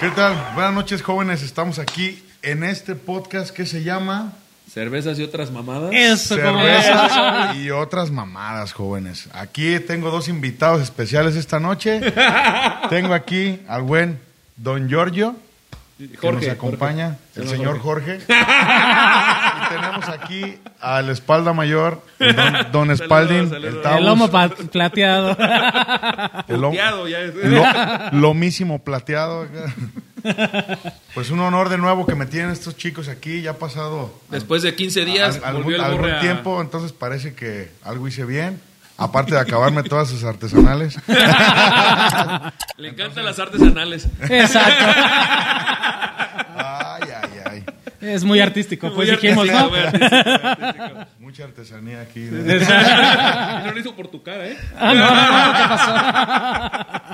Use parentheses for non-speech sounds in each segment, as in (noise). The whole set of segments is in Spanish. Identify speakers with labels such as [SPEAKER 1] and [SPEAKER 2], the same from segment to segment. [SPEAKER 1] ¿Qué tal? Buenas noches, jóvenes. Estamos aquí en este podcast que se llama
[SPEAKER 2] Cervezas y otras mamadas.
[SPEAKER 3] Eso, como
[SPEAKER 1] Cervezas y otras mamadas, jóvenes. Aquí tengo dos invitados especiales esta noche. Tengo aquí al buen Don Giorgio, que nos acompaña,
[SPEAKER 2] Jorge.
[SPEAKER 1] el
[SPEAKER 2] Se llama
[SPEAKER 1] señor Jorge. y tenemos aquí al espalda mayor, el Don, don Spalding,
[SPEAKER 2] saludos.
[SPEAKER 1] el
[SPEAKER 3] El lomo
[SPEAKER 1] Taurus,
[SPEAKER 3] pa-
[SPEAKER 2] (laughs)
[SPEAKER 3] plateado.
[SPEAKER 1] el hom-
[SPEAKER 2] Puteado, ya es.
[SPEAKER 1] Lo- lomísimo plateado. Pues un honor de nuevo que me tienen estos chicos aquí, ya ha pasado
[SPEAKER 2] Después de 15 días
[SPEAKER 1] al- algún,
[SPEAKER 2] volvió el
[SPEAKER 1] algún
[SPEAKER 2] borre a- (laughs)
[SPEAKER 1] tiempo, entonces parece que algo hice bien, aparte de acabarme todas sus
[SPEAKER 2] (laughs)
[SPEAKER 1] artesanales.
[SPEAKER 2] Le encantan las (laughs) artesanales.
[SPEAKER 3] Exacto.
[SPEAKER 1] Ay, ay, ay.
[SPEAKER 3] Es muy artístico, pues
[SPEAKER 2] Muy
[SPEAKER 3] dijimos,
[SPEAKER 2] artístico,
[SPEAKER 3] ¿no?
[SPEAKER 2] muy
[SPEAKER 3] (laughs)
[SPEAKER 2] artístico.
[SPEAKER 1] Mucha artesanía aquí.
[SPEAKER 2] Y no lo hizo por tu cara, ¿eh?
[SPEAKER 3] Ah, no, no, no, ¿qué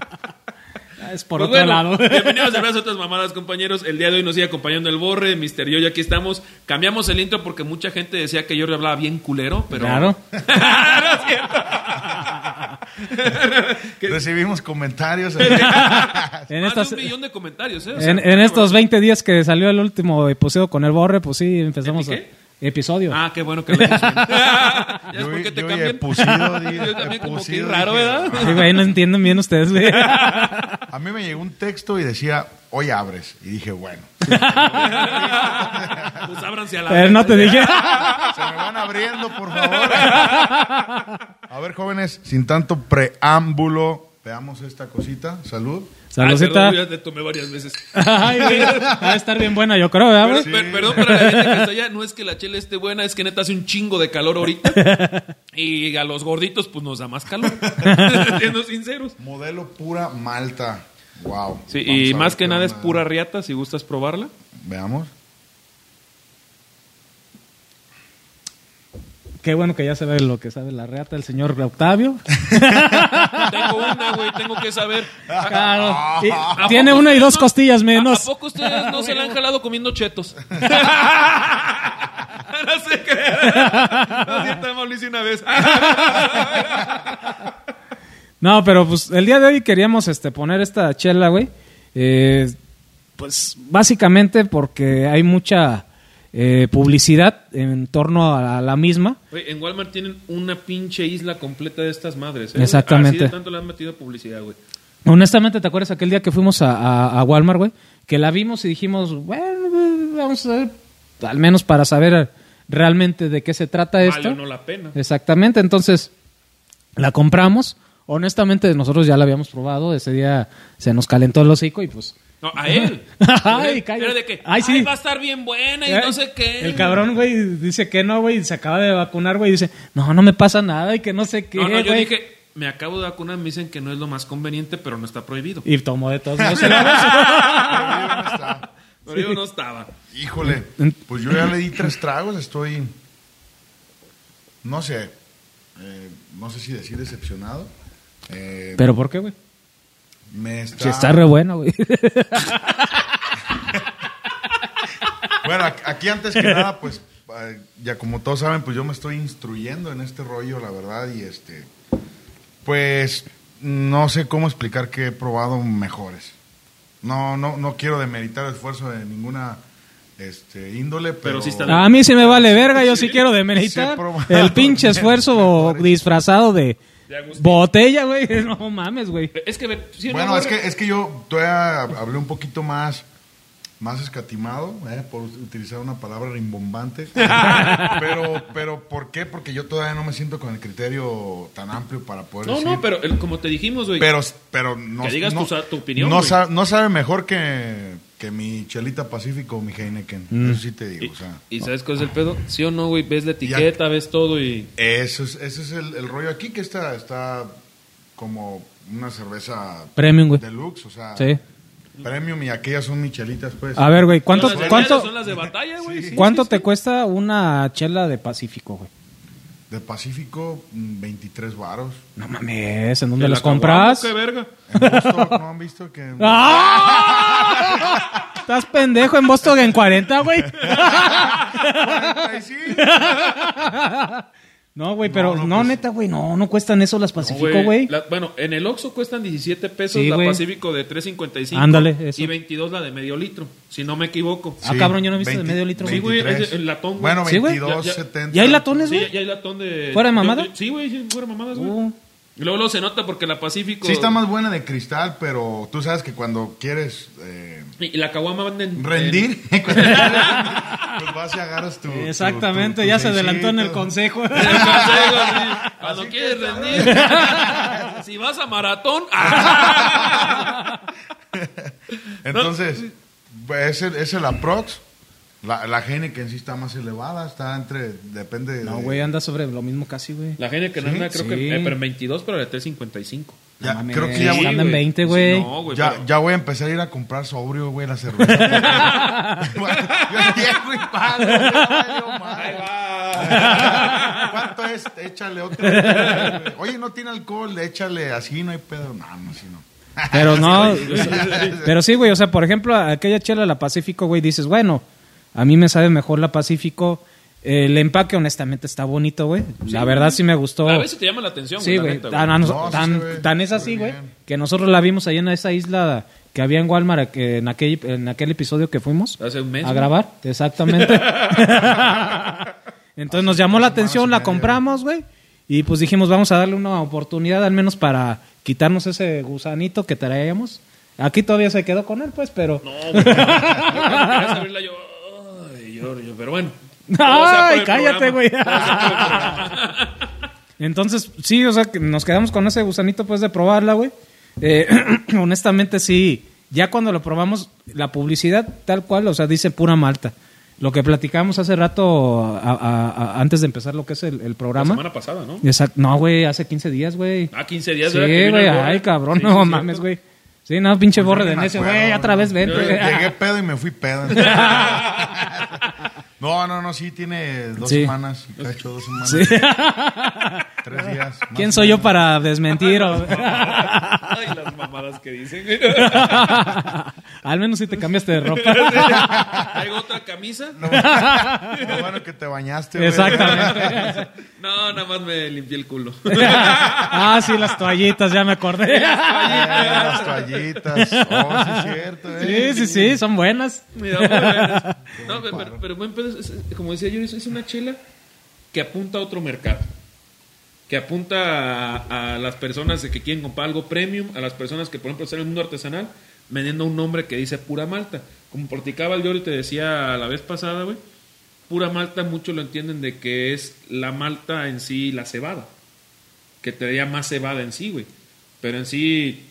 [SPEAKER 2] (laughs)
[SPEAKER 3] pasó? Es por
[SPEAKER 2] Pues
[SPEAKER 3] otro
[SPEAKER 2] bueno,
[SPEAKER 3] lado. (laughs)
[SPEAKER 2] Bienvenidos a Abrazos a Otras Mamadas, compañeros. El día de hoy nos sigue acompañando el Borre, Mister Yo, y aquí estamos. Cambiamos el intro porque mucha gente decía que yo le hablaba bien culero, pero. (laughs)
[SPEAKER 3] Claro.
[SPEAKER 1] Recibimos
[SPEAKER 2] (laughs)
[SPEAKER 1] comentarios.
[SPEAKER 3] (laughs) En
[SPEAKER 2] Más de
[SPEAKER 3] estas-
[SPEAKER 2] un millón de comentarios, ¿eh? O sea,
[SPEAKER 3] En, en estos 20 días que salió el último episodio con el Borre, pues sí, empezamos.
[SPEAKER 2] ¿El qué?
[SPEAKER 3] a- episodio.
[SPEAKER 2] Ah, qué bueno que lo dices.
[SPEAKER 3] (laughs)
[SPEAKER 2] ¿Ya ves
[SPEAKER 1] Yo
[SPEAKER 2] por
[SPEAKER 1] y-
[SPEAKER 2] qué te
[SPEAKER 1] yo y
[SPEAKER 2] cambian? (laughs)
[SPEAKER 1] epusido, di-
[SPEAKER 2] Yo también como que
[SPEAKER 1] epusido,
[SPEAKER 2] raro,
[SPEAKER 1] dije, "Ah".
[SPEAKER 2] ¿verdad?
[SPEAKER 3] Sí, güey, no entienden bien ustedes, güey.
[SPEAKER 1] A mí me llegó un texto y decía, hoy abres. Y dije, bueno,
[SPEAKER 2] (laughs) Pues ábranse a la Ah,
[SPEAKER 3] Pero no te dije.
[SPEAKER 1] se me van abriendo, por favor. A ver, jóvenes, sin tanto preámbulo, veamos esta cosita. Salud.
[SPEAKER 3] (laughs)
[SPEAKER 2] Ah,
[SPEAKER 3] Saludcita.
[SPEAKER 2] perdón, ya te tomé varias veces.
[SPEAKER 3] (laughs) Ay, güey, Va a estar bien buena, yo creo, ¿verdad,
[SPEAKER 2] Pero-
[SPEAKER 1] Sí.
[SPEAKER 3] güey?
[SPEAKER 2] per- perdón para la gente que está allá, no es que la chela esté buena, es que neta hace un chingo de calor ahorita. (laughs) Y a los gorditos, pues nos da más (laughs) calor. Siendo sinceros.
[SPEAKER 1] Modelo pura malta. Wow.
[SPEAKER 2] Sí,
[SPEAKER 1] Vamos
[SPEAKER 2] y
[SPEAKER 1] a
[SPEAKER 2] más
[SPEAKER 1] ver
[SPEAKER 2] que
[SPEAKER 1] qué
[SPEAKER 2] nada es
[SPEAKER 1] onda.
[SPEAKER 2] pura riata, si gustas probarla.
[SPEAKER 1] Veamos.
[SPEAKER 3] Qué bueno que ya se ve lo que sabe la reata el
[SPEAKER 2] (laughs)
[SPEAKER 3] señor Octavio.
[SPEAKER 2] Tengo una, güey, tengo que (laughs) saber.
[SPEAKER 3] Claro. Y
[SPEAKER 2] ¿A
[SPEAKER 3] tiene
[SPEAKER 2] poco
[SPEAKER 3] una y
[SPEAKER 2] ustedes
[SPEAKER 3] dos
[SPEAKER 2] Eh, no-
[SPEAKER 3] costillas
[SPEAKER 2] Ah. ¿A,
[SPEAKER 3] menos.
[SPEAKER 2] a poco ustedes no se la han jalado comiendo (laughs) chetos? no sé (laughs) qué. No siento, lo hice una (laughs) vez.
[SPEAKER 3] No, pero pues el día de hoy queríamos este, poner esta chela, güey. Eh, pues básicamente porque hay mucha eh, publicidad en torno a la misma.
[SPEAKER 2] Güey, en Walmart tienen una pinche isla completa de estas madres. ¿eh?
[SPEAKER 3] Exactamente.
[SPEAKER 2] Así de tanto le han metido publicidad, güey.
[SPEAKER 3] Honestamente, ¿te acuerdas aquel día que fuimos a, a- a Walmart, güey? Que la vimos y dijimos, bueno, güey, vamos a ver, al menos para saber realmente de qué se trata
[SPEAKER 2] Vale
[SPEAKER 3] esto.
[SPEAKER 2] o no la pena.
[SPEAKER 3] Exactamente, entonces la compramos. Honestamente, nosotros ya la habíamos probado. Ese día se nos calentó el hocico y pues.
[SPEAKER 2] No, a él.
[SPEAKER 3] (laughs) Ay, cállate.
[SPEAKER 2] Era de que, ay,
[SPEAKER 3] Ay, sí. Eh,
[SPEAKER 2] va a estar bien buena y no sé qué.
[SPEAKER 3] El cabrón, güey, dice que no, güey, se acaba de vacunar, güey, dice, no, no me pasa nada y que no sé qué,
[SPEAKER 2] No, no, yo
[SPEAKER 3] güey.
[SPEAKER 2] dije, me acabo de vacunar, me dicen que no es lo más conveniente, pero no está prohibido.
[SPEAKER 3] Y tomó de todos modos. el-
[SPEAKER 1] Ahí está.
[SPEAKER 2] Pero yo no estaba.
[SPEAKER 1] Híjole, pues yo ya le di tres tragos, estoy, no sé, eh, no sé si decir decepcionado.
[SPEAKER 2] (laughs)
[SPEAKER 1] Eh,
[SPEAKER 3] Pero ¿por qué, güey?
[SPEAKER 1] me está...
[SPEAKER 3] Si está re bueno, güey.
[SPEAKER 1] Bueno, ac- aquí antes que nada, pues eh, ya como todos saben, pues yo me estoy instruyendo en este rollo, la verdad, y este, pues no sé cómo explicar que he probado mejores. No, no, no quiero demeritar el esfuerzo de ninguna este, índole, pero,
[SPEAKER 2] sí está
[SPEAKER 3] A mí sí me vale verga, yo sí quiero
[SPEAKER 1] Sí, he
[SPEAKER 3] demeritar
[SPEAKER 1] probado
[SPEAKER 3] el pinche
[SPEAKER 1] bien, (laughs)
[SPEAKER 3] esfuerzo
[SPEAKER 1] mejores.
[SPEAKER 3] disfrazado de
[SPEAKER 2] De Agustín.
[SPEAKER 3] botella, güey. (laughs) No mames, güey.
[SPEAKER 2] Es que, ve- sí,
[SPEAKER 1] Bueno,
[SPEAKER 2] no,
[SPEAKER 1] es que, es que yo todavía hablé un poquito más, más escatimado, eh, por utilizar una palabra
[SPEAKER 2] (laughs)
[SPEAKER 1] rimbombante. pero, pero, ¿por qué? Porque yo todavía no me siento con el criterio tan amplio para poder
[SPEAKER 2] No,
[SPEAKER 1] decir.
[SPEAKER 2] no, pero el- como te dijimos, güey.
[SPEAKER 1] pero, pero no,
[SPEAKER 2] Que digas
[SPEAKER 1] no-
[SPEAKER 2] tu sa- tu opinión,
[SPEAKER 1] No,
[SPEAKER 2] güey.
[SPEAKER 1] sa- no sabe mejor que, que mi chelita Pacífico o mi Heineken.
[SPEAKER 3] Mm.
[SPEAKER 1] Eso sí te
[SPEAKER 2] Y,
[SPEAKER 1] digo. o sea,
[SPEAKER 2] y
[SPEAKER 1] no.
[SPEAKER 2] sabes cuál es el pedo? Sí o no, güey, ves la etiqueta, ves todo y...
[SPEAKER 1] Eso es, ese es el, el rollo aquí, que está, está como una cerveza
[SPEAKER 3] Premium, güey.
[SPEAKER 1] deluxe, o sea,
[SPEAKER 3] Sí.
[SPEAKER 1] premium y aquellas son michelitas, pues.
[SPEAKER 3] A ver, güey, ¿cuánto,
[SPEAKER 2] Son las de
[SPEAKER 3] cuánto,
[SPEAKER 2] batalla, Son las de batalla, güey. sí,
[SPEAKER 3] cuánto
[SPEAKER 2] sí,
[SPEAKER 3] te
[SPEAKER 2] sí.
[SPEAKER 3] cuesta una chela de Pacífico, güey?
[SPEAKER 1] De Pacífico, mm, 23 varos.
[SPEAKER 3] No mames, ¿en dónde
[SPEAKER 2] ¿El
[SPEAKER 3] las
[SPEAKER 2] Acahuamo?
[SPEAKER 3] compras?
[SPEAKER 2] ¡Qué verga!
[SPEAKER 1] En
[SPEAKER 3] (laughs)
[SPEAKER 1] Boston, ¿no han visto que...?
[SPEAKER 3] ¡Ah! (laughs) Estás pendejo en Boston
[SPEAKER 2] Ah,
[SPEAKER 3] en 40, güey.
[SPEAKER 1] 45.
[SPEAKER 3] (laughs) No, güey, pero
[SPEAKER 1] No,
[SPEAKER 3] no,
[SPEAKER 1] no, pues-
[SPEAKER 3] neta, güey, no, no cuestan eso las Pacifico, güey.
[SPEAKER 2] La- Bueno, en el Oxxo cuestan 17 pesos
[SPEAKER 3] Sí,
[SPEAKER 2] la
[SPEAKER 3] güey.
[SPEAKER 2] Pacífico de 3.55.
[SPEAKER 3] Ándale, eso.
[SPEAKER 2] Y 22 la de medio litro, si no me equivoco.
[SPEAKER 3] Ah, cabrón, yo no he visto de medio litro,
[SPEAKER 2] Sí, güey,
[SPEAKER 1] 23.
[SPEAKER 2] es el latón, güey.
[SPEAKER 1] Bueno,
[SPEAKER 3] Sí, güey.
[SPEAKER 1] 22,
[SPEAKER 2] Ya- ya-
[SPEAKER 1] 70.
[SPEAKER 3] ¿Y hay latones,
[SPEAKER 2] Sí,
[SPEAKER 3] güey?
[SPEAKER 2] ya hay latón de...
[SPEAKER 3] ¿Fuera de
[SPEAKER 2] yo-
[SPEAKER 3] mamada?
[SPEAKER 2] yo- Sí, güey, sí, fuera de mamadas, güey.
[SPEAKER 3] Uh,
[SPEAKER 2] Y Luego, luego se nota porque la Pacífico...
[SPEAKER 1] Sí está más buena de cristal, pero tú sabes que cuando quieres eh,
[SPEAKER 2] Y y la caguama van en... en- (laughs)
[SPEAKER 1] rendir, (laughs) cuando quieres rendir, pues vas y agarras tu...
[SPEAKER 3] exactamente,
[SPEAKER 1] tu- tu- tu
[SPEAKER 3] ya se adelantó en el
[SPEAKER 1] seisito.
[SPEAKER 3] consejo.
[SPEAKER 2] en (laughs) el consejo,
[SPEAKER 3] (laughs)
[SPEAKER 2] sí. Cuando quieres rendir. (laughs) si vas a maratón... ah.
[SPEAKER 3] (laughs)
[SPEAKER 1] (laughs) Entonces, es el, es el aprox. La, la gene que en sí está más elevada, está entre, depende de...
[SPEAKER 3] No, güey, anda sobre lo mismo casi, güey.
[SPEAKER 2] la gente que no anda, creo
[SPEAKER 3] sí.
[SPEAKER 2] que... eh, pero en 22, pero de 3.55.
[SPEAKER 1] Ya,
[SPEAKER 3] No mames,
[SPEAKER 1] creo que ya voy,
[SPEAKER 3] anda en
[SPEAKER 2] güey.
[SPEAKER 3] 20,
[SPEAKER 2] Sí,
[SPEAKER 3] güey.
[SPEAKER 2] no, güey.
[SPEAKER 1] ya,
[SPEAKER 2] pero-
[SPEAKER 1] ya voy a empezar a ir a comprar sobrio, güey, la
[SPEAKER 3] (laughs)
[SPEAKER 1] cerveza. (laughs) Yo llego y pago, güey, valió
[SPEAKER 2] Ahí
[SPEAKER 1] madre.
[SPEAKER 3] (laughs)
[SPEAKER 2] (laughs) va.
[SPEAKER 1] ¿Cuánto es? Échale otro. Oye, no tiene alcohol, échale así, no hay pedo. No, no, así no.
[SPEAKER 3] Pero no,
[SPEAKER 2] Sí, güey.
[SPEAKER 3] pero sí, güey, o sea, por ejemplo, aquella chela la Pacífico, güey, dices, bueno, a mí me sabe mejor la Pacífico. El empaque, honestamente, está bonito, güey. La verdad sí me gustó.
[SPEAKER 2] A veces te llama la atención,
[SPEAKER 3] Sí,
[SPEAKER 2] la
[SPEAKER 3] güey. Ah,
[SPEAKER 2] neta,
[SPEAKER 3] Tan, a nos-
[SPEAKER 1] No, sí
[SPEAKER 3] tan-
[SPEAKER 1] se ve,
[SPEAKER 3] tan es
[SPEAKER 1] se ve
[SPEAKER 3] así, güey,
[SPEAKER 1] bien.
[SPEAKER 3] que nosotros la vimos ahí en esa isla que había en Walmart que en, aquel, en aquel episodio que fuimos
[SPEAKER 2] Hace un mes.
[SPEAKER 3] a
[SPEAKER 2] ¿no?
[SPEAKER 3] grabar.
[SPEAKER 2] (laughs)
[SPEAKER 3] Exactamente. Entonces nos llamó la
[SPEAKER 1] Hace
[SPEAKER 3] atención,
[SPEAKER 1] semanas y
[SPEAKER 3] la
[SPEAKER 1] media.
[SPEAKER 3] compramos, güey. Y pues dijimos, vamos a darle una oportunidad al menos para quitarnos ese gusanito que traíamos. Aquí todavía se quedó con él, pues, pero...
[SPEAKER 2] No, güey. Yo quería abrirla yo. Ay, yo, yo, pero bueno. Todo sea por
[SPEAKER 3] ¡Ay,
[SPEAKER 2] el programa.
[SPEAKER 3] cállate, güey!
[SPEAKER 2] Todo sea por el programa.
[SPEAKER 3] Entonces, sí, o sea, que nos quedamos con ese gusanito pues de probarla, güey. Eh, (clears throat) honestamente, sí, ya cuando lo probamos, la publicidad tal cual, o sea, dice pura malta. Lo que platicábamos hace rato, a- a- a- antes de empezar lo que es el, el
[SPEAKER 2] La
[SPEAKER 3] programa.
[SPEAKER 2] semana pasada, ¿no?
[SPEAKER 3] Exacto. No, güey, hace 15 días, güey.
[SPEAKER 2] Ah, 15 días.
[SPEAKER 3] Sí,
[SPEAKER 2] ¿verdad? Que vino
[SPEAKER 3] güey,
[SPEAKER 2] el borre.
[SPEAKER 3] ay, cabrón,
[SPEAKER 2] Sí, sí,
[SPEAKER 3] no
[SPEAKER 2] cierto.
[SPEAKER 3] mames, güey. Sí, no, pinche borre
[SPEAKER 1] Yo Pues
[SPEAKER 3] de
[SPEAKER 1] ni me
[SPEAKER 3] necio,
[SPEAKER 1] acuerdo,
[SPEAKER 3] güey, otra vez
[SPEAKER 1] Yo
[SPEAKER 3] vente. (laughs)
[SPEAKER 1] Llegué pedo y me fui pedo. No, no, no, sí, tiene dos
[SPEAKER 3] Sí.
[SPEAKER 1] semanas. y Cacho, dos semanas.
[SPEAKER 3] Sí.
[SPEAKER 1] Tres
[SPEAKER 3] (laughs)
[SPEAKER 1] días. más
[SPEAKER 3] ¿Quién
[SPEAKER 1] o
[SPEAKER 3] soy yo
[SPEAKER 1] menos.
[SPEAKER 3] para desmentir? o-
[SPEAKER 2] Ay, las mamadas que dicen. güey. (laughs)
[SPEAKER 3] Al menos si te cambiaste de ropa.
[SPEAKER 2] Traigo otra camisa.
[SPEAKER 1] Lo bueno- (laughs) lo bueno que te bañaste. güey.
[SPEAKER 3] (laughs) Exactamente.
[SPEAKER 2] (laughs)
[SPEAKER 3] (laughs)
[SPEAKER 2] No, nada más me limpié el culo.
[SPEAKER 3] ah, sí, las toallitas, ya me acordé.
[SPEAKER 1] Eh, (laughs) las toallitas. Oh, sí, es cierto.
[SPEAKER 3] sí,
[SPEAKER 1] eh.
[SPEAKER 3] sí, sí, son buenas.
[SPEAKER 2] Mira, muy buenas.
[SPEAKER 3] (laughs)
[SPEAKER 2] No, pero, pero- pero buen pedo, es- es- como decía yo, es, es una chela que apunta a otro mercado. Que apunta a, a las personas de que quieren comprar algo premium, a las personas que, por ejemplo, están en el mundo artesanal, vendiendo un nombre que dice pura malta. Como practicaba el Yori, te decía la vez pasada, güey, pura malta, muchos lo entienden de que es la malta en sí, la cebada. Que te daría más cebada en sí, güey. Pero en sí,